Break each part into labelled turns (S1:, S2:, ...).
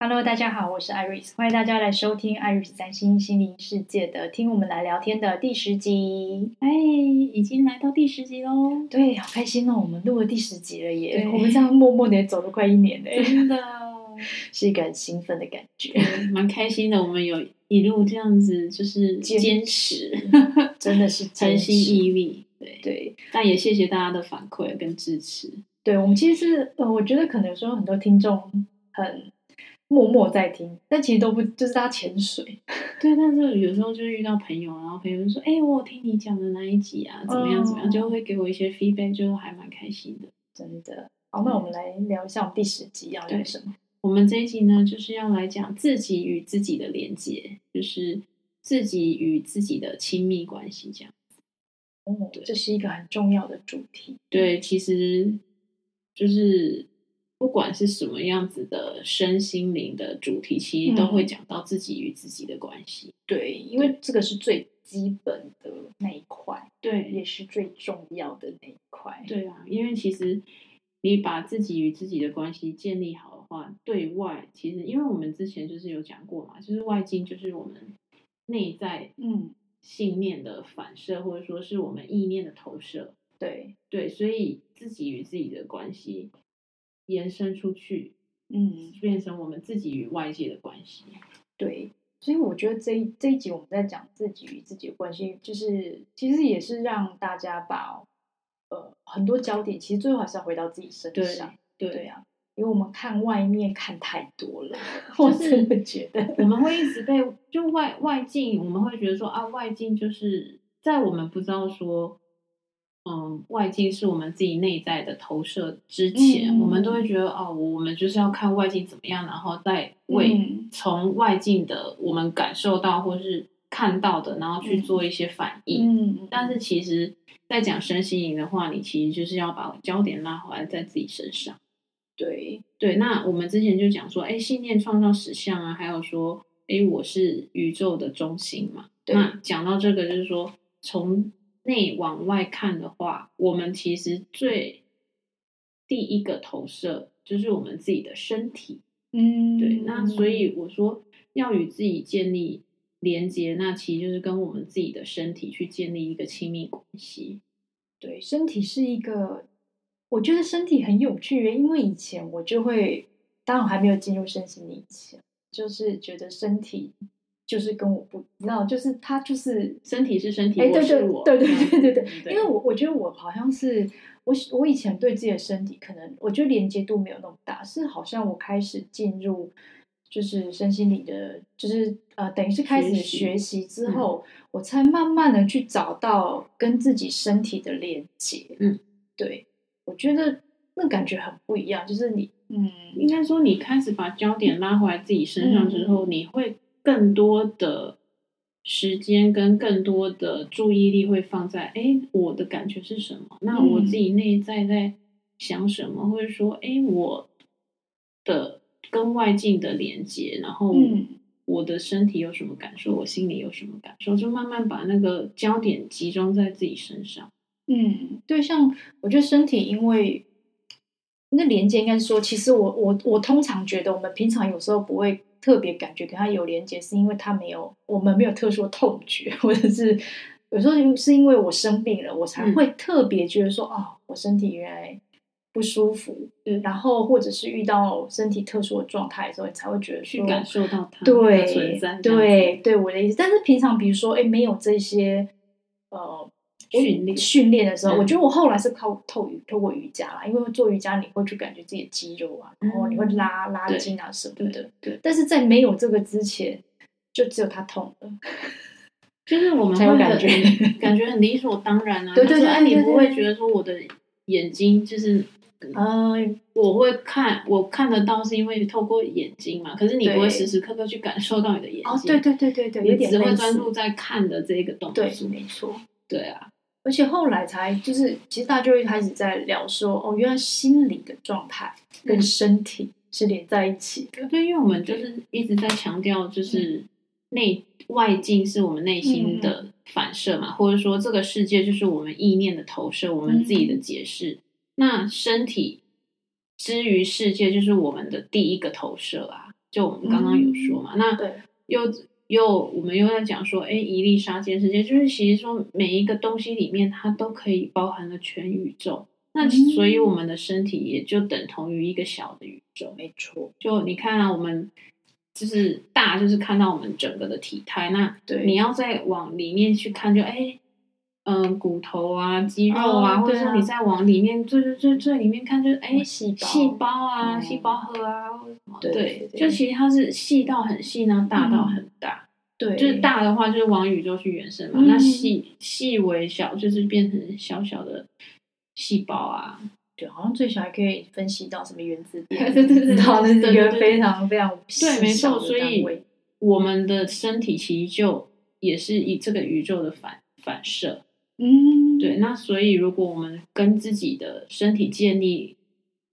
S1: Hello，大家好，我是 Iris，欢迎大家来收听 Iris 占星心灵世界的“听我们来聊天”的第十集。
S2: 哎，已经来到第十集喽，
S1: 对，好开心哦，我们录了第十集了耶！
S2: 对
S1: 我们这样默默的走了快一年 嘞，
S2: 真的，
S1: 是一个很兴奋的感觉，
S2: 嗯蛮开心的。我们有一路这样子，就是
S1: 坚
S2: 坚持，
S1: 真的是
S2: 诚
S1: 真
S2: 心
S1: 心意。
S2: 毅力。对，
S1: 对，
S2: 但也谢谢大家的反馈跟支持。
S1: 对我们其实是呃，我觉得可能有时候很多听众很默默在听，但其实都不就是大家潜水，
S2: 对，但是有时候就遇到朋友，然后朋友就说：“哎、我有听你讲的那一集啊，怎么样怎么样？”
S1: 哦
S2: 就会给我一些 feedback，就还蛮开心的。
S1: 真的。好，那我们来聊一下我们第十集要聊
S2: 对
S1: 什么？
S2: 我们这一集呢，就是要来讲自己与自己的连接，就是自己与自己的亲密关系这样。
S1: 哦，这是一个很重要的主题。
S2: 对，其实就是不管是什么样子的身心灵的主题，其实都会
S1: 嗯
S2: 讲到自己与自己的关系。
S1: 对，因为这个是最基本的那一块，
S2: 对，
S1: 也是最重要的那一块。
S2: 对啊，因为其实你把自己与自己的关系建立好的话，对外其实因为我们之前就是有讲过嘛，就是外境就是我们内在
S1: 嗯，
S2: 信念的反射，或者说是我们意念的投射。
S1: 对，
S2: 对，所以自己与自己的关系延伸出去，
S1: 嗯，
S2: 变成我们自己与外界的关系。
S1: 对。所以我觉得这一这一集我们在讲自己与自己的关系，就是其实也是让大家把呃很多焦点，其实最后还是要回到自己身
S2: 对
S1: 上。
S2: 对
S1: 对啊，因为我们看外面看太多 了，我
S2: 就是
S1: 真的觉得，
S2: 我们会一直被就外外境，我们会觉得说啊，外境就是在我们不知道说，嗯，外境是我们自己内在的投射之前，
S1: 嗯
S2: 我们都会觉得哦，我们就是要看外境怎么样，然后再为、
S1: 嗯
S2: 从外境的我们感受到或是看到的，然后去
S1: 嗯
S2: 做一些反应。
S1: 嗯，
S2: 但是其实，在讲身心灵的话，你其实就是要把焦点拉回来在自己身上。
S1: 对，
S2: 对，那我们之前就讲说，哎，信念创造实相啊，还有说，哎，我是宇宙的中心嘛。
S1: 对
S2: 那讲到这个，就是说从内往外看的话，我们其实最第一个投射就是我们自己的身体。
S1: 嗯，
S2: 对，那所以我说要与自己建立连接，那其实就是跟我们自己的身体去建立一个亲密关系。
S1: 对，身体是一个，我觉得身体很有趣耶，因为以前我就会，当我还没有进入身心灵以前，就是觉得身体就是跟我不，你知道，就是它就是，
S2: 身体是身体，
S1: 哎，
S2: 我
S1: 对
S2: 是
S1: 对
S2: 我，嗯
S1: 对对对对
S2: 这样
S1: 对
S2: 子，
S1: 因为我我觉得我好像是我喜我以前对自己的身体可能我觉得连接度没有那么大，是好像我开始进入就是身心灵的，就是呃等于是开始
S2: 学习
S1: 学习之
S2: 嗯
S1: 后，我才慢慢的去找到跟自己身体的连接。
S2: 嗯，
S1: 对，我觉得那感觉很不一样，就是你嗯
S2: 应该说，你开始把焦点拉回来自己身
S1: 嗯
S2: 上之后，你会更多的时间跟更多的注意力会放在，哎、我的感觉是什么？那
S1: 嗯
S2: 我自己内在在想什么？或者说，哎、我的跟外境的连接，然后
S1: 嗯
S2: 我的身体有什么感受，我心里有什么感受，就慢慢把那个焦点集中在自己身上。
S1: 嗯，对，像我觉得身体因为。那连接应该说，其实我我我通常觉得，我们平常有时候不会特别感觉跟它有连接，是因为它没有我们没有特殊的痛觉，或者是有时候是因为我生病了，我才
S2: 嗯
S1: 会特别觉得说，哦，我身体原来不舒服，嗯
S2: 对
S1: 然后或者是遇到身体特殊的状态的时候，你才会觉得
S2: 去
S1: 说
S2: 感受到它嗯的
S1: 哦对
S2: 存在，这样子
S1: 对对，我的意思。但是平常比如说，哎，没有这些呃
S2: 训练
S1: 训练的时候，
S2: 嗯
S1: 我觉得我后来是靠透瑜透过瑜伽啦，因为做瑜伽你会去感觉自己的肌肉啊，然后你会
S2: 嗯
S1: 拉拉
S2: 对
S1: 筋啊什么
S2: 对
S1: 的。
S2: 对，
S1: 但是在没有这个之前，就只有它痛了。
S2: 就是我们
S1: 才有
S2: 会很
S1: 感觉
S2: 感觉很理所当然 啊。
S1: 对对
S2: 就是
S1: 对
S2: 哎，
S1: 对
S2: 你
S1: 对
S2: 不
S1: 对
S2: 会觉得说我的眼睛就是哦
S1: 嗯，
S2: 我会看，我看得到是因为透过眼睛嘛，可是你
S1: 对
S2: 不会时时刻刻去感受到你的眼睛。
S1: 哦，对对对对对，有
S2: 你
S1: 点
S2: 只会
S1: 类
S2: 专
S1: 似
S2: 注在看的这个动作。
S1: 对，没错。
S2: 对啊，
S1: 而且后来才就是，其实大家就会开始在聊说，哦，原来心理的状态跟
S2: 嗯
S1: 身体是连在一起的。
S2: 对，因为我们就是一直在强调，就是内外境是我们内心的反射嘛，或者说这个世界就是我们意念的投射，我们自己的解释。那身体之于世界，就是我们的第一个投射啊。就我们刚刚有说嘛，那
S1: 对，
S2: 又又我们又在讲说，哎，一粒沙尖世界，就是其实说每一个东西里面它都可以包含了全宇宙。那
S1: 嗯
S2: 所以我们的身体也就等同于一个小的宇宙。
S1: 没错，
S2: 就你看啊，我们就是大，就是看到我们整个的体态。那
S1: 对，
S2: 你要再往里面去看就，哎，嗯，骨头啊、肌肉啊，
S1: 哦
S2: 或者
S1: 对
S2: 说
S1: 啊
S2: 你再往里面最最最最里面看，就是哎
S1: 哎，，细胞，
S2: 细胞啊、
S1: 嗯
S2: 细胞核啊，或者什么
S1: 对
S2: 对
S1: 对，对嗯
S2: 就其实它是细到很细，然后大到很大。
S1: 对，
S2: 就是大的话就是往宇宙去延伸嘛，
S1: 嗯
S2: 那细细微小就是变成小小的细胞啊。
S1: 对，好像最小还可以分析到什么原 子
S2: 对
S1: 点，
S2: 对对对
S1: 到这
S2: 对
S1: 是一
S2: 对
S1: 个
S2: 对
S1: 非常非常细
S2: 对，没
S1: 小
S2: 错，
S1: 的
S2: 所
S1: 单
S2: 以
S1: 位
S2: 我们的身体其实就也是以这个宇宙的反反射。
S1: 嗯，
S2: 对，那所以如果我们跟自己的身体建立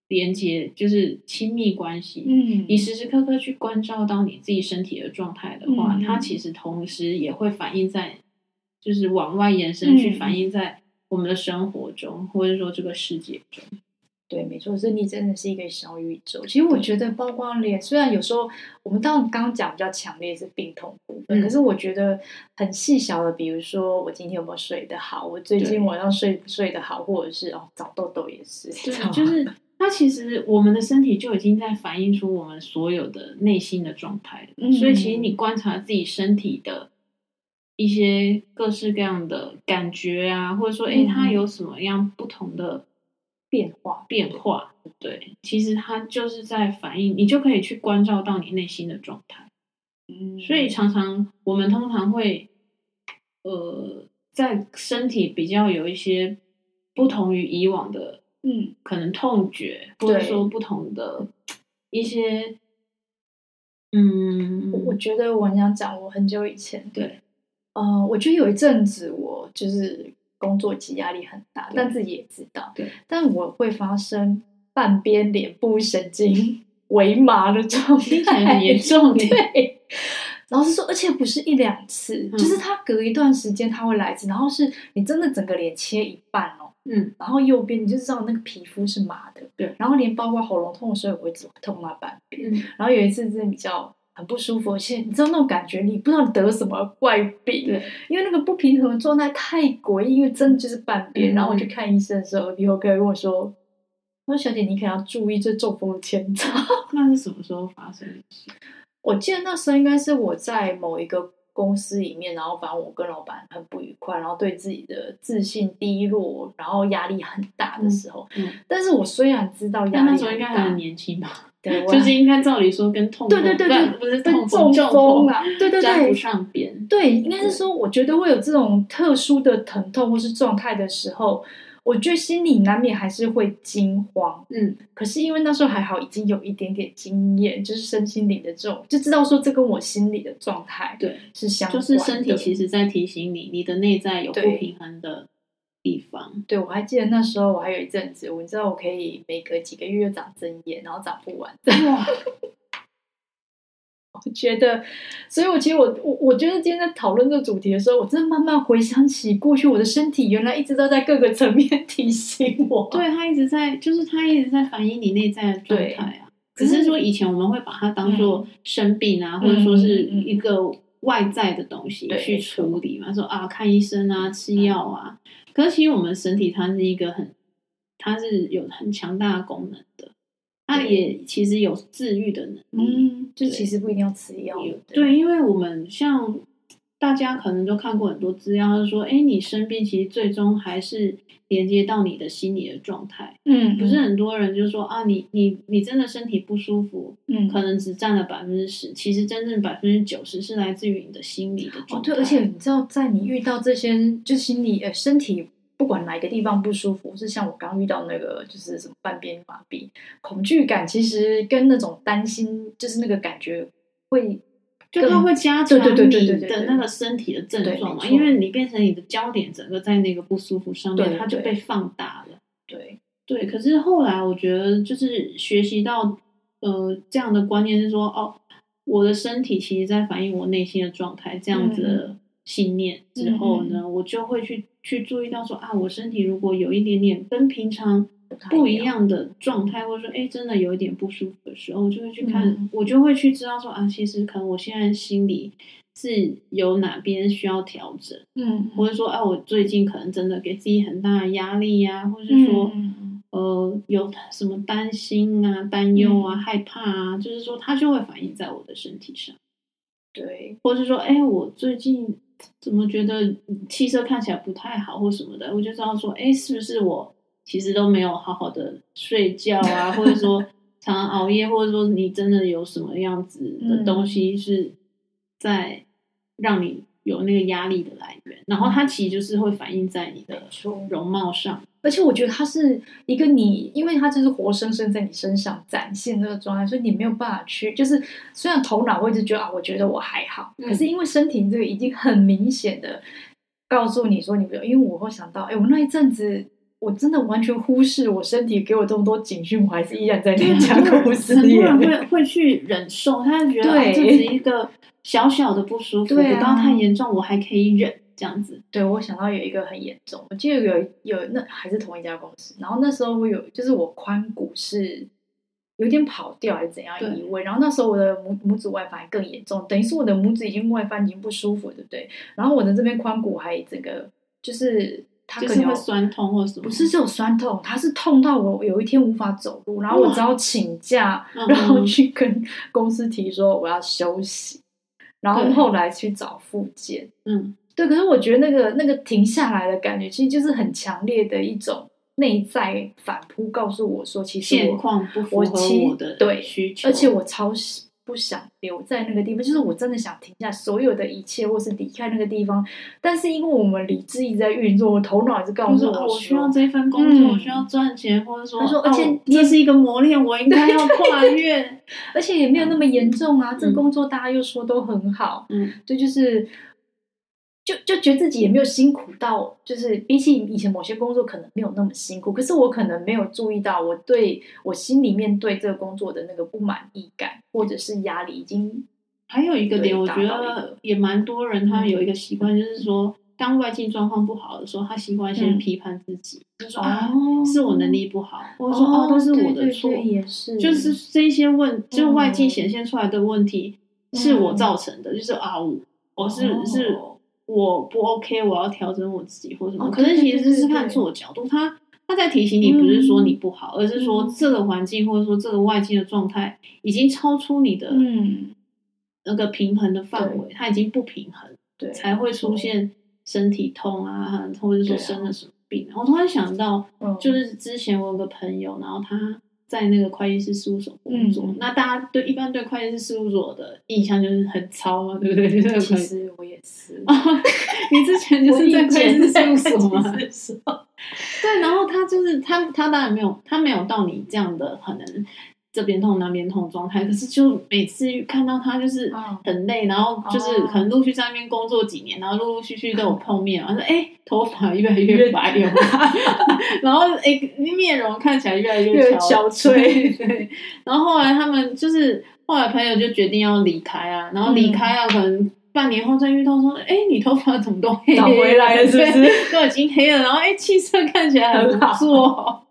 S2: 连接，就是亲密关系，
S1: 嗯，
S2: 你时时刻刻去关照到你自己身体的状态的话，
S1: 嗯
S2: 它其实同时也会反映在，就是往外延伸去
S1: 嗯
S2: 反映在我们的生活中，或者说这个世界中。
S1: 对，没错，所以你真的是一个小宇宙。其实我觉得，包括脸，虽然有时候我们当然刚刚讲比较强烈是病痛部分，
S2: 嗯
S1: 可是我觉得很细小的，比如说我今天有没有睡得好，我最
S2: 对
S1: 近晚上睡不睡得好，或者是哦长痘痘也是， 知道
S2: 对，啊
S1: 吗
S2: 就是它其实我们的身体就已经在反映出我们所有的内心的状态了、
S1: 嗯
S2: 所以其实你观察自己身体的一些各式各样的感觉啊，或者说，诶，
S1: 嗯
S2: 它有什么样不同的
S1: 变化。
S2: 变化，对，其实它就是在反映，你就可以去关照到你内心的状态。
S1: 嗯，
S2: 所以常常我们通常会，呃，在身体比较有一些不同于以往的，
S1: 嗯，
S2: 可能痛觉，或者
S1: 对
S2: 说不同的一些，嗯
S1: 我，我觉得我很想讲，我很久以前，
S2: 对，
S1: 呃，我觉得有一阵子我就是工作及压力很大，
S2: 对
S1: 但自己也知道，
S2: 对，
S1: 但我会发生半边脸部神经微麻的状态，
S2: 听起来很严重耶
S1: 对。老实说，而且不是一两次，
S2: 嗯
S1: 就是它隔一段时间它会来一次，然后是你真的整个脸切一半哦，
S2: 嗯，
S1: 然后右边你就知道那个皮肤是麻的，
S2: 对
S1: 然后连包括喉咙痛的时候也会只痛那半边，
S2: 嗯
S1: 然后有一次真的比较很不舒服，而且你知道那种感觉，你不知道你得什么怪病，
S2: 对，
S1: 因为那个不平衡的状态太诡异，因为真的就是半边。
S2: 嗯
S1: 然后我去看医生的时候，皮肤科跟我说。他说：“小姐，你可能要注意这中风的前兆。
S2: 那是什么时候发生的事？”
S1: 我记得那时候应该是我在某一个公司里面，然后反正我跟老板很不愉快，然后对自己的自信低落，然后压力很大的时候。
S2: 嗯嗯
S1: 但是我虽然知道
S2: 那
S1: 压力
S2: 那时候
S1: 很
S2: 应该
S1: 大，
S2: 还很年轻吧？
S1: 对，我
S2: 就是应该照理说跟痛
S1: 对
S2: 风，
S1: 对对对，
S2: 不是
S1: 跟
S2: 痛
S1: 中
S2: 风
S1: 风啊，对对
S2: 沾
S1: 对
S2: 不，上边。
S1: 对，应该是说，我觉得会有这种特殊的疼痛或是状态的时候，我觉得心里难免还是会惊慌。
S2: 嗯，
S1: 可是因为那时候还好，已经有一点点经验，就是身心灵的这种，就知道说这跟我心理的状态
S2: 对，
S1: 是相关
S2: 就
S1: 的。
S2: 是身体其实在提醒你，你的内在有不
S1: 对
S2: 平衡的地方。
S1: 对我还记得那时候，我还有一阵子，我知道我可以每隔几个月就长针眼，然后长不完。
S2: 哇，
S1: 我觉得，所以我其实我我我觉得今天在讨论这个主题的时候，我真的慢慢回想起过去我的身体原来一直都在各个层面 提醒我。
S2: 对他一直在，就是他一直在反映你内在的状
S1: 对
S2: 态啊。只
S1: 可是嗯
S2: 是说以前我们会把它当做生病啊，或者说是一个外在的东西
S1: 对嗯
S2: 去处理嘛，说啊看医生啊，吃药啊。可是其实我们身体它是一个很，它是有很强大的功能的，它
S1: 对
S2: 也其实有治愈的能力。
S1: 嗯，就
S2: 对
S1: 其实不一定要吃药
S2: 有，
S1: 对
S2: 对，因为我们像大家可能都看过很多资料，就是说，哎，你生病其实最终还是连接到你的心理的状态。
S1: 嗯，
S2: 不是很多人就说啊，你你你真的身体不舒服，
S1: 嗯，
S2: 可能只占了百分之十，其实真正百分之九十是来自于你的心理的
S1: 哦
S2: 状态。
S1: 对，而且你知道，在你遇到这些，就心理呃身体不管哪一个地方不舒服，是像我刚遇到那个就是什么半边麻痹，恐惧感其实跟那种担心，就是那个感觉会
S2: 就它
S1: 更
S2: 会加强
S1: 对对对对
S2: 你
S1: 对对
S2: 的
S1: 对
S2: 那个身体的症状嘛，
S1: 对没错
S2: 因为你变成你的焦点整个在那个不舒服上面，
S1: 对
S2: 它就
S1: 对
S2: 被放大了。
S1: 对，
S2: 对，可是后来我觉得就是学习到呃这样的观念是说，哦，我的身体其实在反映我内心的状态，这
S1: 嗯
S2: 样子的信念之后呢，我就会去去注意到说啊，我身体如果有一点点跟平常
S1: 太
S2: 不一
S1: 一样。
S2: 样的状态，或者说哎、诶真的有一点不舒服的时候，我就会去看，
S1: 嗯
S2: 我就会去知道说啊，其实可能我现在心里是有哪边需要调整，
S1: 嗯，
S2: 或者说啊，我最近可能真的给自己很大的压力呀、或者
S1: 嗯
S2: 是说、
S1: 嗯嗯
S2: 呃有什么担心啊、担忧啊、
S1: 嗯
S2: 害怕啊，就是说它就会反映在我的身体上，
S1: 对，
S2: 或是说哎、诶我最近。怎么觉得气色看起来不太好或什么的，我就知道说，哎、是不是我其实都没有好好的睡觉啊，或者说常常熬夜，或者说你真的有什么样子的东西是在让你有那个压力的来源，然后它其实就是会反映在你的
S1: 错
S2: 容貌上。
S1: 而且我觉得它是一个你，因为它就是活生生在你身上展现这个状态，所以你没有办法去，就是虽然头脑会一直觉得啊，我觉得我还好，
S2: 嗯
S1: 可是因为身体这个已经很明显的告诉你说你没有，因为我会想到，哎、我那一阵子。我真的完全忽视我身体给我这么多警讯，我还是依然 在那家
S2: 很多
S1: 公
S2: 人
S1: 司
S2: 很
S1: 耶
S2: 多人会会去忍受，他就觉得、
S1: 对
S2: 啊、这只是一个小小的不舒服，
S1: 对啊
S2: 不到太严重，我还可以忍这样子。
S1: 对，我想到有一个很严重，我记得有有那还是同一家公司，然后那时候我有就是我髋骨是有点跑掉还是怎样
S2: 对
S1: 移位，然后那时候我的拇拇指外翻更严重，等于是我的拇指已经外翻已经不舒服了，对不对？然后我的这边髋骨还整个就是它
S2: 就
S1: 可
S2: 是
S1: 能有
S2: 会酸痛或什么，
S1: 不是只有酸痛，它是痛到我有一天无法走路，然后我
S2: 哇
S1: 只好请假，
S2: 嗯
S1: 然后去跟公司提说我要休息，然后
S2: 对
S1: 后来去找复健。
S2: 嗯，
S1: 对，可是我觉得那个那个停下来的感觉，其实就是很强烈的一种内在反扑，告诉我说，其实
S2: 现
S1: 我，
S2: 况不符
S1: 我
S2: 合
S1: 其
S2: 我的
S1: 对
S2: 需求，
S1: 而且我超喜不想留在那个地方，就是我真的想停下所有的一切，或是离开那个地方。但是因为我们理智一直在运作，我头脑也是告
S2: 就
S1: 诉
S2: 是
S1: 我
S2: 哦，
S1: 说，
S2: 我需要这份工
S1: 嗯
S2: 作，我需要赚钱，或者说，
S1: 他说
S2: 哦
S1: 而且
S2: 这是一个磨练，我应该要跨越。
S1: 而且也没有那么严重啊。这个
S2: 嗯
S1: 工作大家又说都很好，
S2: 嗯，
S1: 这就是就就觉得自己也没有辛苦到，就是比起以前某些工作可能没有那么辛苦，可是我可能没有注意到我对我心里面对这个工作的那个不满意感或者是压力已经
S2: 还有一个点，
S1: 对
S2: 我
S1: 达
S2: 觉
S1: 到一
S2: 得
S1: 个
S2: 也蛮多人，
S1: 嗯
S2: 他们有一个习惯，就是说，当外境状况不好的时候，他习惯先
S1: 嗯
S2: 批判自己，就说啊，
S1: 哦
S2: 是我能力不好，或者说哦，都是我的错
S1: 对，对对也是
S2: 就是这些问，就是外境
S1: 嗯
S2: 显现出来的问题是我造成的，就是啊，我我是
S1: 哦
S2: 是我不 OK，我要调整我自己或什么。
S1: 哦
S2: 可是
S1: 对对
S2: 其实
S1: 对
S2: 是
S1: 对
S2: 看
S1: 对
S2: 错角度，他他在提醒你，不是说你不好，而是说
S1: 嗯
S2: 这个环境或者说这个外境的状态已经超出你的
S1: 嗯
S2: 那个平衡的范围，它已经不平衡，
S1: 对
S2: 才会出现身体痛啊，或者
S1: 对
S2: 说
S1: 啊
S2: 生了什么病。我突然想到，
S1: 嗯
S2: 就是之前我有个朋友，然后他在那个会计师事务所工作。
S1: 嗯
S2: 那大家对一般对会计师事务所的印象就是很糙啊嘛，对不对？就是
S1: 其
S2: 很
S1: 实我也是。
S2: 哦， 你之前就
S1: 我
S2: 是
S1: 以
S2: 在会
S1: 前
S2: 计师
S1: 在
S2: 事务所
S1: 会
S2: 吗？
S1: 计师事 务所
S2: 对，然后他就是他，他当然没有，他没有到你这样的可能这边痛那边痛的状态，可是就每次看到他就是
S1: 嗯
S2: 很累，然后就是
S1: 哦
S2: 可能陆续在那边工作几年，然后陆陆续续都有碰面，然后说哎、头发越来越白了， 然后哎、面容看起来越来
S1: 越来越憔
S2: 憔悴，
S1: 悴
S2: 对，然后后来他们就是后来朋友就决定要离开啊，然后
S1: 嗯
S2: 离开啊，可能。半年后再遇到说，哎、你头发怎么都黑
S1: 长回来了是不是
S2: 对都已经黑了，然后哎，气色看起来很不错。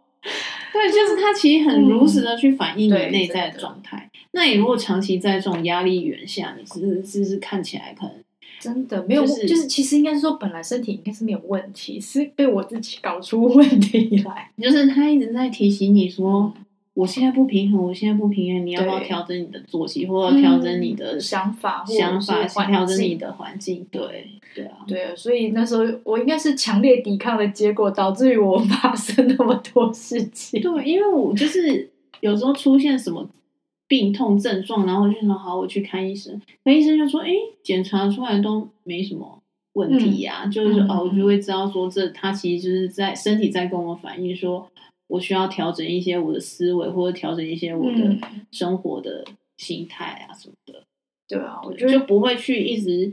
S2: 对，就是它其实很如实的去反映你
S1: 对
S2: 内在
S1: 真
S2: 的
S1: 的
S2: 状态。那你如果长期在这种压力源下，你只是只是看起来可能
S1: 真的没有，
S2: 就是
S1: 就是其实应该是说，本来身体应该是没有问题，是被我自己搞出问题来。
S2: 就是他一直在提醒你说，我现在不平衡，我现在不平衡，你要不要
S1: 对
S2: 调整你的作息，或者调整你的
S1: 嗯想法或者
S2: 想法，
S1: 是环
S2: 调整你
S1: 境
S2: 的环境？对，对啊。
S1: 对，所以那时候我应该是强烈抵抗的结果，导致于我 发生那么多事情。
S2: 对，因为我就是有时候出现什么病痛症状，然后我就想好，我去看医生。可医生就说，哎，检查出来都没什么问题呀、就是说
S1: 嗯
S2: 哦，我
S1: 嗯
S2: 就会知道说这他其实就是在身体在跟我反映说，我需要调整一些我的思维，或者调整一些我的
S1: 嗯
S2: 生活的心态啊什么的，
S1: 对啊，我觉
S2: 就
S1: 得
S2: 不会去一直。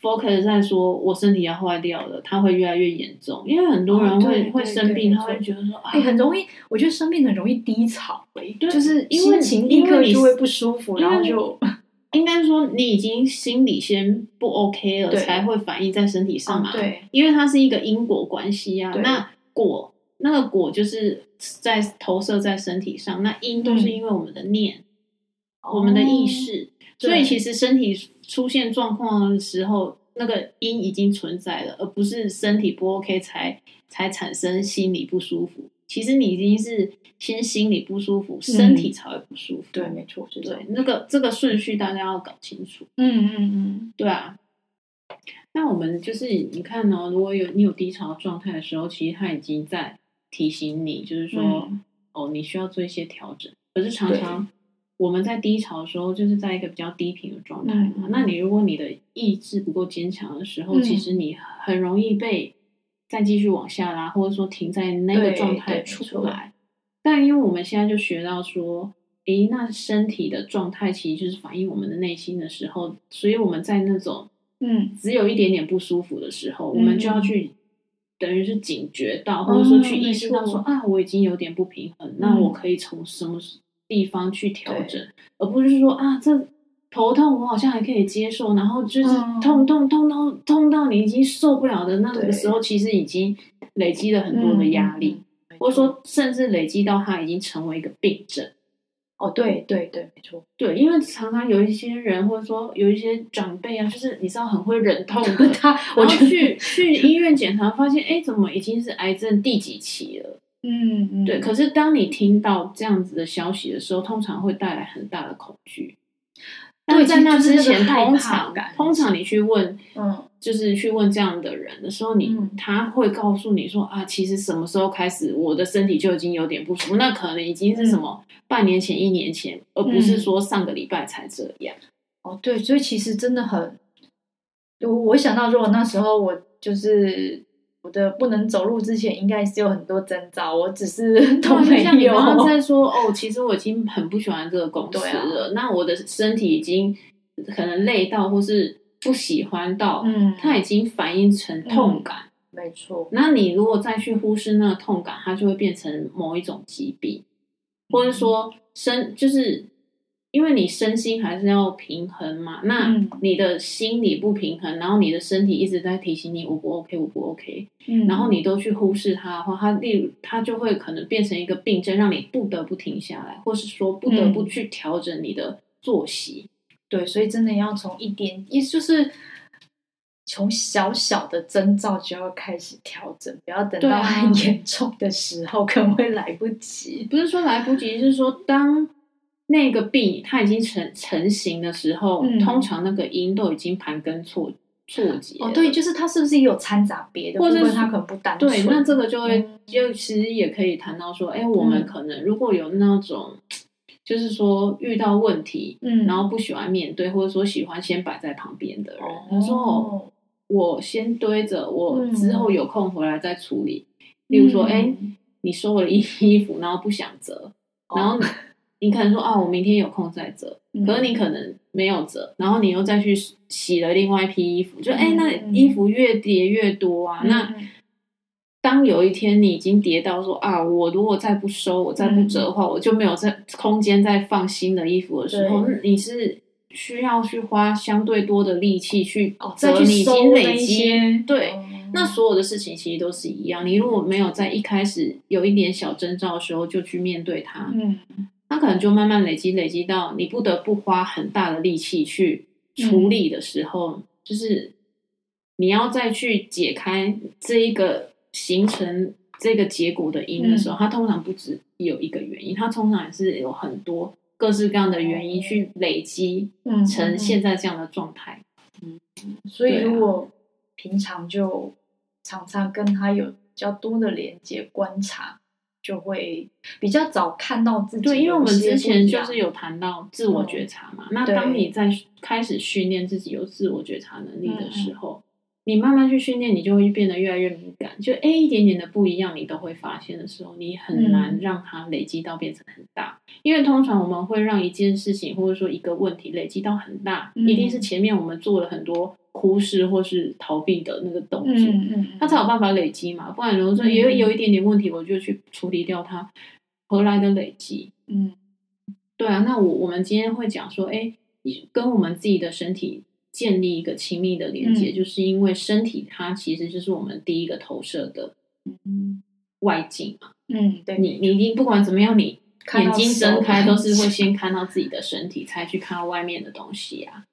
S2: focus 在说我身体要坏掉了，它会越来越严重，因为很多人
S1: 哦
S2: 会、
S1: 对
S2: 会
S1: 对
S2: 生
S1: 对
S2: 病，
S1: 没
S2: 他会
S1: 错
S2: 觉得说啊，
S1: 哎、很容易，我觉得生病很容易低潮、哎，
S2: 对
S1: 就是
S2: 因为
S1: 心情
S2: 因
S1: 立
S2: 为
S1: 刻
S2: 你
S1: 就会不舒服，
S2: 因为
S1: 然后就嗯
S2: 应该说你已经心里先不 OK 了，
S1: 对哦
S2: 才会反映在身体上嘛。
S1: 啊，，对
S2: 因为它是一个因果关系啊。
S1: 对
S2: 那果那个果就是在投射在身体上，那因都
S1: 嗯
S2: 是因为我们的念、我们的意识，所以
S1: 哦对
S2: 其实身体出现状况的时候，那个因已经存在了，而不是身体不 OK 才才产生心理不舒服。其实你已经是先心理不舒服，身体才会不舒服。
S1: 嗯对，没错，是这样
S2: 对，。那个这个顺序大家要搞清楚。
S1: 嗯嗯
S2: 对啊。那我们就是你看哦，如果有你有低潮状态的时候，其实他已经在提醒你，就是说、
S1: 嗯
S2: 哦，你需要做一些调整。可是常常我们在低潮的时候，就是在一个比较低频的状态嘛。
S1: 嗯嗯
S2: 那你如果你的意志不够坚强的时候，
S1: 嗯
S2: 其实你很容易被再继续往下拉，或者说停在那个
S1: 对
S2: 状态
S1: 对没
S2: 出
S1: 错
S2: 来。但因为我们现在就学到说，诶，那身体的状态其实就是反映我们的内心的时候，所以我们在那种
S1: 嗯
S2: 只有一点点不舒服的时
S1: 嗯
S2: 候，
S1: 嗯
S2: 我们就要去等于是警觉到，或者说去意识到说、
S1: 没嗯
S2: 啊，我已经有点不平衡，那我可以从什么地方去调整，而不是说啊这。头痛，我好像还可以接受，然后就是
S1: 嗯
S2: 痛痛痛痛痛到你已经受不了的那个
S1: 对
S2: 时候，其实已经累积了
S1: 嗯，
S2: 很多的压力。
S1: 嗯，嗯没
S2: 或者
S1: 错
S2: 说甚至累积到它已经成为一个病症。
S1: 哦，对对对，没错，
S2: 对，因为常常有一些人，或者说有一些长辈啊，就是你知道很会 忍痛的，
S1: 他
S2: 我
S1: 我
S2: 后
S1: 觉得
S2: 去去医院检查，发现哎，怎么已经是癌症第几期了？
S1: 嗯嗯，
S2: 对，可是当你听到这样子的消息的时候，通常会带来很大的恐惧。但
S1: 对
S2: 在那
S1: 其实
S2: 之
S1: 就是那个
S2: 前，
S1: 害
S2: 通
S1: 怕
S2: 常
S1: 感
S2: 通常你去问
S1: 嗯
S2: 就是去问这样的人的时候，你、
S1: 嗯
S2: 他会告诉你说啊，其实什么时候开始我的身体就已经有点不舒服，那可能已经是什么半年前、一年前，而不是说上个礼拜才这样。
S1: 哦对，所以其实真的很，我我想到如果那时候我就是。我的不能走路之前，应该是有很多征兆，我只是 都
S2: 对啊就
S1: 没
S2: 像你
S1: 有。
S2: 刚刚在说哦，其实我已经很不喜欢这个公司
S1: 对啊
S2: 了，那我的身体已经可能累到或是不喜欢到，
S1: 嗯，
S2: 它已经反映成痛感。
S1: 没错，
S2: 那你如果再去忽视那个痛感，它就会变成某一种疾病，或者说身就是因为你身心还是要平衡嘛。那
S1: 嗯
S2: 你的心理不平衡，然后你的身体一直在提醒你我不 OK，我不 OK，
S1: 嗯，
S2: 然后你都去忽视它的话，它例如它就会可能变成一个病症，让你不得不停下来，或是说不得不
S1: 嗯
S2: 去调整你的作息。
S1: 对，所以真的要从一点，也就是从小小的征兆就要开始调整，不要等
S2: 对
S1: 到
S2: 啊
S1: 很严重的时候，可能会来不及。
S2: 不是说来不及，是说当那个病它已经成成型的时候，
S1: 嗯
S2: 通常那个因都已经盘根错错节
S1: 哦
S2: 了，
S1: 对，就是它是不是也有掺杂别的，
S2: 或
S1: 部
S2: 者
S1: 分，
S2: 是
S1: 它可能不单纯。
S2: 对，那这个就会、
S1: 嗯
S2: 就其实也可以谈到说，哎、我们
S1: 嗯
S2: 可能如果有那种，就是说遇到问题，
S1: 嗯，
S2: 然后不喜欢面对，或者说喜欢先摆在旁边的人，他说哦
S1: 哦，
S2: 我先堆着，我之后
S1: 嗯
S2: 有空回来再处理。例如说，
S1: 嗯
S2: 哎、你收我的衣衣服，然后不想折，然
S1: 哦
S2: 后你可能说啊，我明天有空再折，
S1: 嗯
S2: 可是你可能没有折，然后你又再去洗了另外一批衣服，就哎、
S1: 嗯
S2: 那
S1: 嗯
S2: 衣服越叠越多啊。
S1: 嗯
S2: 那
S1: 嗯
S2: 当有一天你已经叠到说啊，我如果再不收，我再不
S1: 嗯
S2: 折的话，我就没有在空间再放新的衣服的时候，
S1: 对
S2: 那你是需要去花相对多的力气去
S1: 哦
S2: 再
S1: 折
S2: 去
S1: 你
S2: 已经
S1: 收那
S2: 累
S1: 一
S2: 积
S1: 些
S2: 对。
S1: 哦
S2: 那所有的事情其实都是一样，你如果没有在一开始有一点小征兆的时候就去面对它，
S1: 嗯
S2: 它可能就慢慢累积累积到你不得不花很大的力气去处理的时候，
S1: 嗯
S2: 就是你要再去解开这一个形成这个结果的因的时候，
S1: 嗯
S2: 它通常不只有一个原因，它通常也是有很多各式各样的原因去累积
S1: 哦嗯
S2: 成
S1: 嗯
S2: 现在这样的状态。
S1: 所以
S2: 对啊
S1: 如果平常就常常跟他有比较多的连接观察，就会比较早看到自己。
S2: 对，因为我们之前就
S1: 有
S2: 是
S1: 一些
S2: 有谈到自我觉察嘛，那当
S1: 对
S2: 你在开始训练自己有自我觉察能力
S1: 嗯
S2: 的时候，你慢慢去训练，你就会变得越来越敏感，就哎一点点的不一样，你都会发现的时候，你很难
S1: 嗯
S2: 让它累积到变成很大，因为通常我们会让一件事情或者说一个问题累积到很大，
S1: 嗯
S2: 一定是前面我们做了很多忽视或是逃避的那个动
S1: 不一
S2: 作，
S1: 样嗯嗯，
S2: 他才有办法累积嘛。不然，如果说也有
S1: 嗯
S2: 有一点点问题，我就去处理掉它，何来的累积？
S1: 嗯
S2: 对啊，那我我们今天会讲说，哎，跟我们自己的身体建立一个亲密的连接，
S1: 嗯
S2: 就是因为身体它其实就是我们第一个投射的
S1: 嗯
S2: 外境嘛，
S1: 嗯，对，
S2: 你你一定不管怎么样，你
S1: 看到
S2: 眼睛睁
S1: 手
S2: 开都是会先看到自己的身体，才去看到外面的东西啊。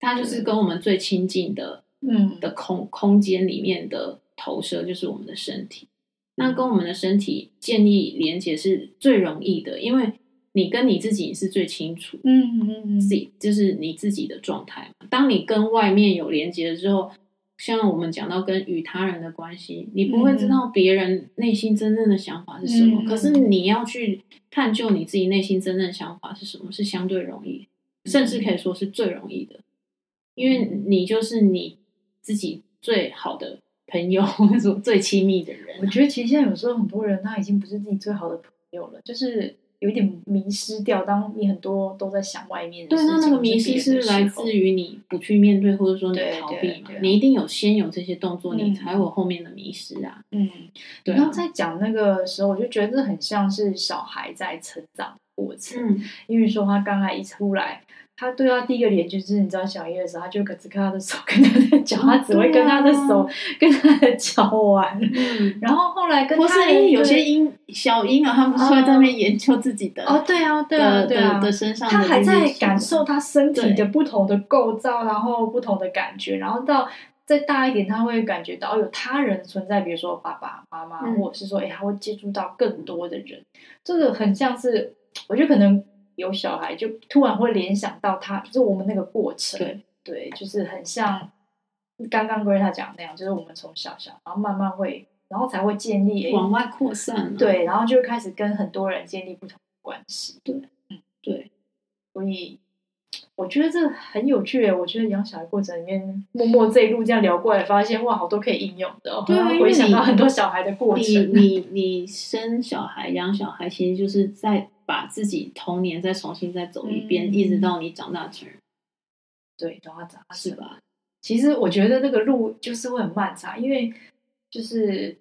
S2: 它就是跟我们最亲近的
S1: 嗯
S2: 的空空间里面的投射，就是我们的身体。那跟我们的身体建立连接是最容易的，因为你跟你自己是最清楚
S1: 嗯嗯 嗯，
S2: 自己就是你自己的状态嘛。当你跟外面有连接之后，像我们讲到跟与他人的关系，你不会知道别人内心真正的想法是什么，
S1: 嗯
S2: 可是你要去探究你自己内心真正的想法是什么，是相对容易，甚
S1: 嗯
S2: 至可以说是最容易的，因为你就是你自己最好的朋友，或者说最亲密的人
S1: 我。觉得其实现在有时候很多人他已经不是自己最好的朋友了，就是有一点迷失掉。当你很多都在想外面的
S2: 对，
S1: 事情，
S2: 那那个迷
S1: 或
S2: 失
S1: 别
S2: 是
S1: 人的
S2: 来
S1: 时候
S2: 自于你不去面对，或者说你
S1: 对
S2: 逃
S1: 对
S2: 避嘛
S1: 对。啊
S2: 你一定有先有这些动作，你
S1: 嗯
S2: 才会有后面的迷失啊。
S1: 嗯。
S2: 对
S1: 然
S2: 啊
S1: 后，在讲那个时候，我就觉得这很像是小孩在成长的过程，
S2: 嗯，
S1: 因为说他刚才一出来。他对他第一个连接就是，你知道小一的时候，他就可只看他的手跟他的脚，
S2: 哦
S1: 他只会
S2: 对
S1: 跟他的
S2: 啊
S1: 手、跟他的脚玩。
S2: 嗯，
S1: 然后后来跟
S2: 或
S1: 他
S2: 是
S1: 的
S2: 因为有
S1: 对
S2: 些婴小婴儿，他们是会在那边研究自己的
S1: 哦，对啊，对啊，
S2: 的
S1: 对啊
S2: 的，的身上的
S1: 他
S2: 这些
S1: 还在
S2: 器
S1: 感
S2: 官
S1: 受他身体
S2: 对
S1: 的不同的构造，然后不同的感觉，然后到再大一点，他会感觉到哦有他人存在，比如说爸爸妈妈，
S2: 嗯
S1: 或者是说，哎、他会接触到更多的人。这个很像是，我觉得可能有小孩就突然会联想到他，就是我们那个过程，
S2: 对
S1: 对，就是很像刚刚 Greta 讲的那样，就是我们从小小，然后慢慢会，然后才会建立哎诶
S2: 往外扩散了。
S1: 对，然后就开始跟很多人建立不同的关系。
S2: 对，
S1: 嗯，
S2: 对，
S1: 所以我觉得这很有趣耶。我觉得养小孩过程里面，默默这一路这样聊过来，发现哇，好多可以应用的、哦，
S2: 对啊
S1: 然后
S2: 因为
S1: 回想
S2: 你
S1: 到很多小孩的过
S2: 你
S1: 程。
S2: 你你生小孩、养小孩，其实就是在把自己童年再重新再走一遍，
S1: 嗯
S2: 一直到你长大成人，
S1: 对，然后长大
S2: 是
S1: 是。
S2: 吧？
S1: 其实我觉得那个路就是会很漫长，因为就是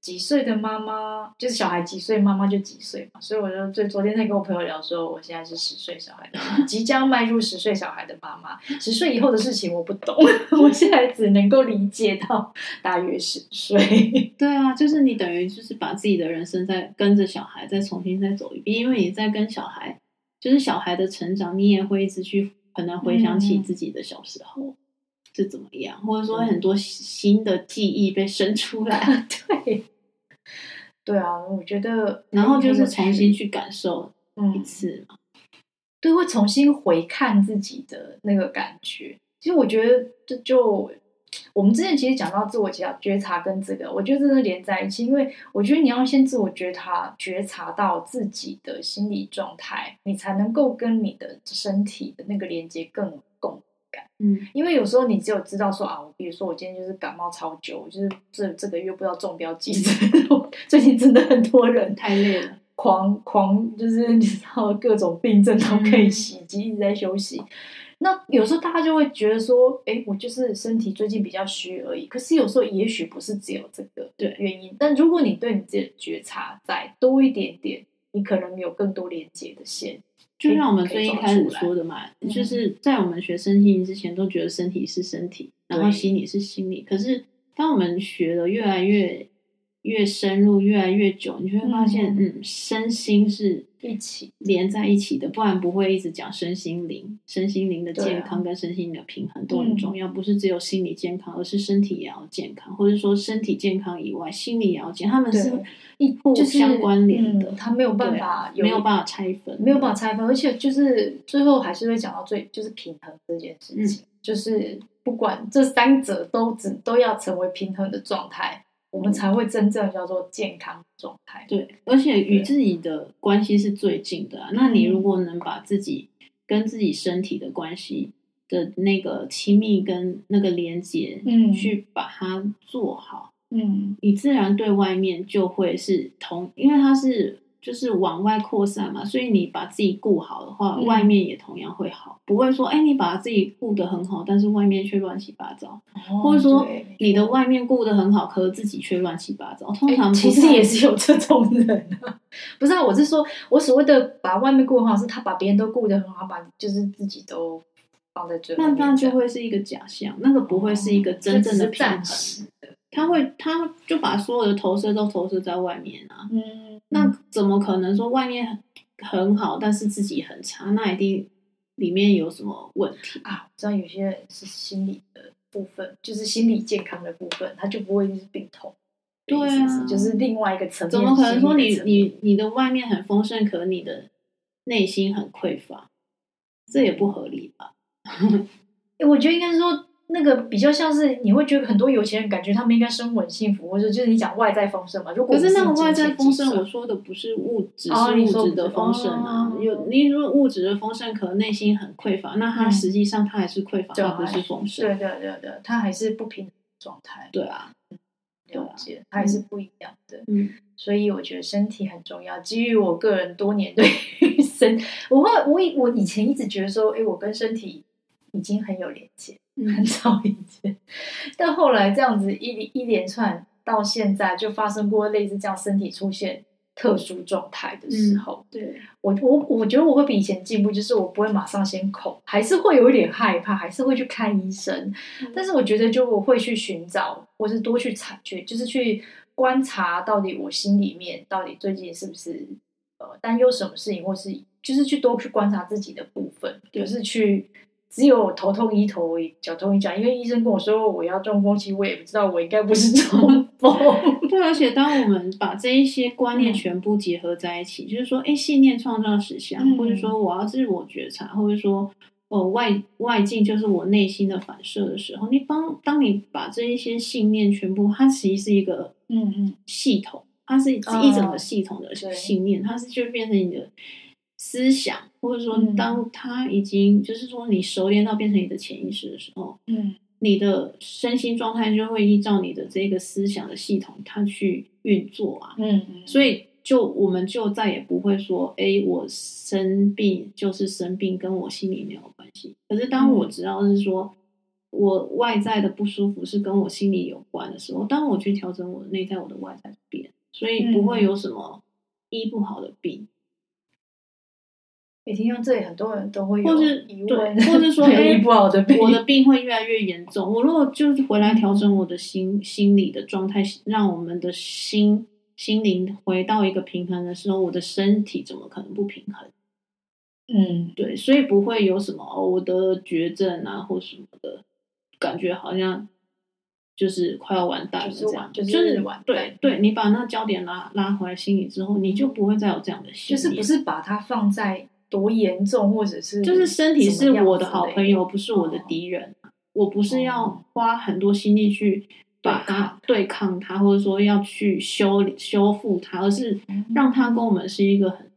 S1: 几岁的妈妈，就是小孩几岁，妈妈就几岁嘛。所以我就最昨天在跟我朋友聊说，我现在是十岁小孩的妈妈，即将迈入十岁小孩的妈妈。十岁以后的事情我不懂， 我现在只能够理解到大约十岁。
S2: 对啊，就是你等于就是把自己的人生再跟着小孩再重新再走一遍，因为你在跟小孩，就是小孩的成长，你也会一直去可能回想起
S1: 嗯
S2: 自己的小时候是怎么样，或者说很多新的记忆被生出来，
S1: 对，对啊，我觉得，
S2: 然后就是重新去感受一
S1: 嗯，
S2: 次嘛。
S1: 对，会重新回看自己的那个感觉。其实我觉得这就我们之前其实讲到自我觉察觉察跟这个，我觉得真的连在一起，因为我觉得你要先自我觉察觉察到自己的心理状态，你才能够跟你的身体的那个连接更共
S2: 嗯，
S1: 因为有时候你只有知道说啊，我比如说我今天就是感冒超久，我就是这这个月不知道中标几次， 我最近真的很多人
S2: 太累了。
S1: 狂狂就是 你知道各种病症都可
S2: 嗯
S1: 以袭击，一直在休息。那有时候大家就会觉得说，哎，我就是身体最近比较虚而已。可是有时候也许不是只有这个
S2: 对
S1: 原因，但如果你对你自己的觉察再多一点点，你可能有更多连接的线。
S2: 就像我们
S1: 嗯可以
S2: 最一
S1: 走
S2: 开始
S1: 出来
S2: 说的嘛，
S1: 嗯
S2: 就是在我们学身心灵之前，都觉得身体是身体，然后
S1: 对
S2: 心理是心理。可是当我们学的越来越越深入、越来越久，你就会发现，嗯
S1: 嗯
S2: 身心是
S1: 一起
S2: 连在一起的，不然不会一直讲身心灵。身心灵的
S1: 对啊
S2: 健康跟身心灵的平衡都很
S1: 嗯
S2: 重要，不是只有心理健康，而是身体也要健康，或者说身体健康以外，心理也要健康，他们是
S1: 对一
S2: 互
S1: 就是
S2: 相关联的
S1: 嗯，他没有办
S2: 对啊
S1: 法有
S2: 没有办法拆分，
S1: 没有办法拆分，而且就是最后还是会讲到最就是平衡这件事
S2: 嗯
S1: 情，就是不管这三者都只都要成为平衡的状态，我们才会真正叫做健康的状态。
S2: 对，而且与
S1: 对嗯
S2: 自己的关系是最近的、啊。那你如果能把自己跟自己身体的关系的那个亲密跟那个连接，
S1: 嗯
S2: 去把它做好，
S1: 嗯
S2: 你自然对外面就会是同，因为它是就是往外扩散嘛，所以你把自己顾好的话，
S1: 嗯
S2: 外面也同样会好，不会说哎、你把自己顾得很好，但是外面却乱七八糟，
S1: 哦
S2: 或者说你的外面顾得很好，可是自己却乱七八糟，通常、
S1: 欸嗯
S2: 啊
S1: 其实也是有这种人啊，不是啊，我是说，我所谓的把外面顾得很好，是他把别人都顾得很好，把就是自己都放在最后
S2: 那
S1: 面
S2: 那
S1: 这
S2: 就
S1: 样
S2: 会是一个假象，那个不会是一个真正的平衡。
S1: 哦这只是暂时的
S2: 他会他就把所有的投射都投射在外面啊。
S1: 嗯，
S2: 那怎么可能说外面很很好，但是自己很差？那一定里面有什么问题？
S1: 啊，我知道有些人是心理的部分，就是心理健康的部分，他就不会是病痛。
S2: 对啊
S1: 意思是就是另外一个层面。
S2: 怎么可能说你
S1: 心理的层面
S2: 你你的外面很丰盛，可你的内心很匮乏？这也不合理吧？
S1: 欸我觉得应该说那个比较像是你会觉得很多有钱人感觉他们应该生活很幸福，或者就是你讲外在丰盛嘛。如果
S2: 可是那
S1: 我
S2: 个
S1: 们
S2: 外在
S1: 金钱
S2: 丰
S1: 计
S2: 盛，
S1: 算
S2: 我说的不是物质，
S1: 哦你
S2: 是
S1: 说
S2: 物质
S1: 物
S2: 的
S1: 质
S2: 丰盛啊。
S1: 哦
S2: 有你如果物质的丰盛，可能内心很匮乏，那它
S1: 嗯
S2: 实际上它还是匮乏，
S1: 对
S2: 它不是丰盛。
S1: 对对对对，他还是不平衡的状态，
S2: 对啊，对
S1: 了
S2: 啊
S1: 解，他还是不一样的。
S2: 嗯，
S1: 所以我觉得身体很重要。基于我个人多年对于 身，我会我以我以前一直觉得说，哎、我跟身体已经很有连接，很
S2: 嗯
S1: 早以前，但后来这样子一连一连串到现在，就发生过类似这样身体出现特殊状态的时候，
S2: 对，
S1: 我我我觉得我会比以前进步，就是我不会马上先恐，还是会有一点害怕，还是会去看医生，但是我觉得，就我会去寻找，或是多去察觉，就是去观察到底我心里面到底最近是不是呃担忧什么事情，或是就是去多去观察自己的部分，就是去只有头痛医头，脚痛医脚，因为医生跟我说我要中风，其实我也不知道我应该不是中风。
S2: 对，而且当我们把这一些观念
S1: 嗯
S2: 全部结合在一起，就是说，哎，信念创造实相，
S1: 嗯
S2: 或者说我要自我觉察，或者说，呃，外外境就是我内心的反射的时候，你帮当你把这一些信念全部，它其实是一个
S1: 嗯嗯，
S2: 系统，它是一
S1: 哦
S2: 一整个系统的
S1: 对
S2: 信念，它是就变成你的思想，或者说
S1: 嗯
S2: 当它已经就是说你熟练到变成你的潜意识的时候，
S1: 嗯，
S2: 你的身心状态就会依照你的这个思想的系统，它去运作啊。
S1: 嗯嗯，
S2: 所以就我们就再也不会说，哎，我生病就是生病，跟我心里没有关系。可是当
S1: 嗯
S2: 我知道是说。我外在的不舒服是跟我心里有关的时候，当我去调整我的内在，我的外在就变，所以不会
S1: 嗯
S2: 有什么医不好的病，
S1: 也听到这里，很多人都会
S2: 或
S1: 有
S2: 是
S1: 疑问，
S2: 对或是 说
S1: 对
S2: 哎
S1: 医不好的病，
S2: 我的病会越来越严重。我如果就是回来调整我的心心理的状态，让我们的心心灵回到一个平衡的时候，我的身体怎么可能不平衡？
S1: 嗯。
S2: 对，所以不会有什么哦，我得绝症啊或什么的，感觉好像就是快要完蛋了
S1: 就是
S2: 这样，
S1: 完就是完蛋
S2: 对对，你把那焦点拉拉回来心里之后，你就不会再有这样的心
S1: 就是
S2: 理，
S1: 不是把它放在多严重，或者是
S2: 就是身体是我的
S1: 什么
S2: 好
S1: 样之类
S2: 朋友，不是我的
S1: 哦
S2: 敌人。啊我不是要花很多心力去把它对抗它，或者说要去修理修复它，而是
S1: 嗯
S2: 让它跟我们是一个很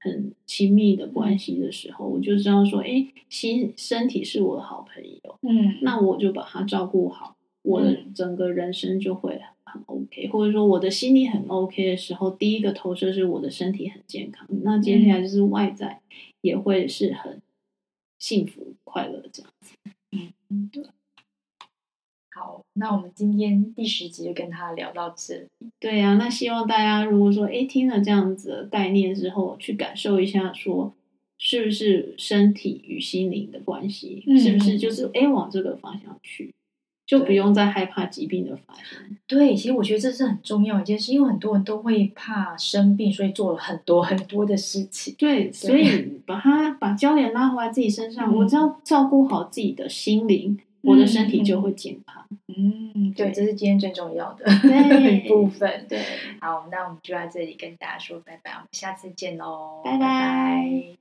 S2: 很亲密的关系的时候，我就知道说，哎，心身体是我的好朋友，
S1: 嗯，
S2: 那我就把它照顾好，我的
S1: 嗯
S2: 整个人生就会很 OK，或者说我的心理很 OK 的时候，第一个投射是我的身体很健康，那接
S1: 嗯
S2: 下来就是外在也会是很幸福快乐这样。
S1: 嗯好，那我们今天第十集就跟他聊到这里。
S2: 对呀、那希望大家如果说诶听了这样子的概念之后，去感受一下说。是不是身体与心灵的关系？
S1: 嗯
S2: 是不是就是诶往这个方向去，就不
S1: 对
S2: 用再害怕疾病的发生。
S1: 对，其实我觉得这是很重要一件事，因为很多人都会怕生病，所以做了很多很多的事情。
S2: 对，所以把它把焦点拉回来自己身上，
S1: 嗯
S2: 我只要照顾好自己的心灵，我的身体
S1: 嗯
S2: 就会健康。
S1: 嗯，对，
S2: 对
S1: 这是今天最重要的
S2: 对
S1: 部分。
S2: 对。
S1: 好，那我们就在这里跟大家说拜拜，我们下次见喽，
S2: 拜拜
S1: 拜